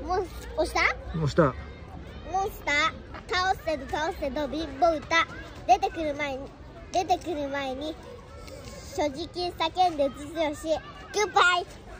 押したもうしたモンスター倒せど倒せど貧乏歌出てくる前に出てくる前に所持金叫んで映すよしグッバイ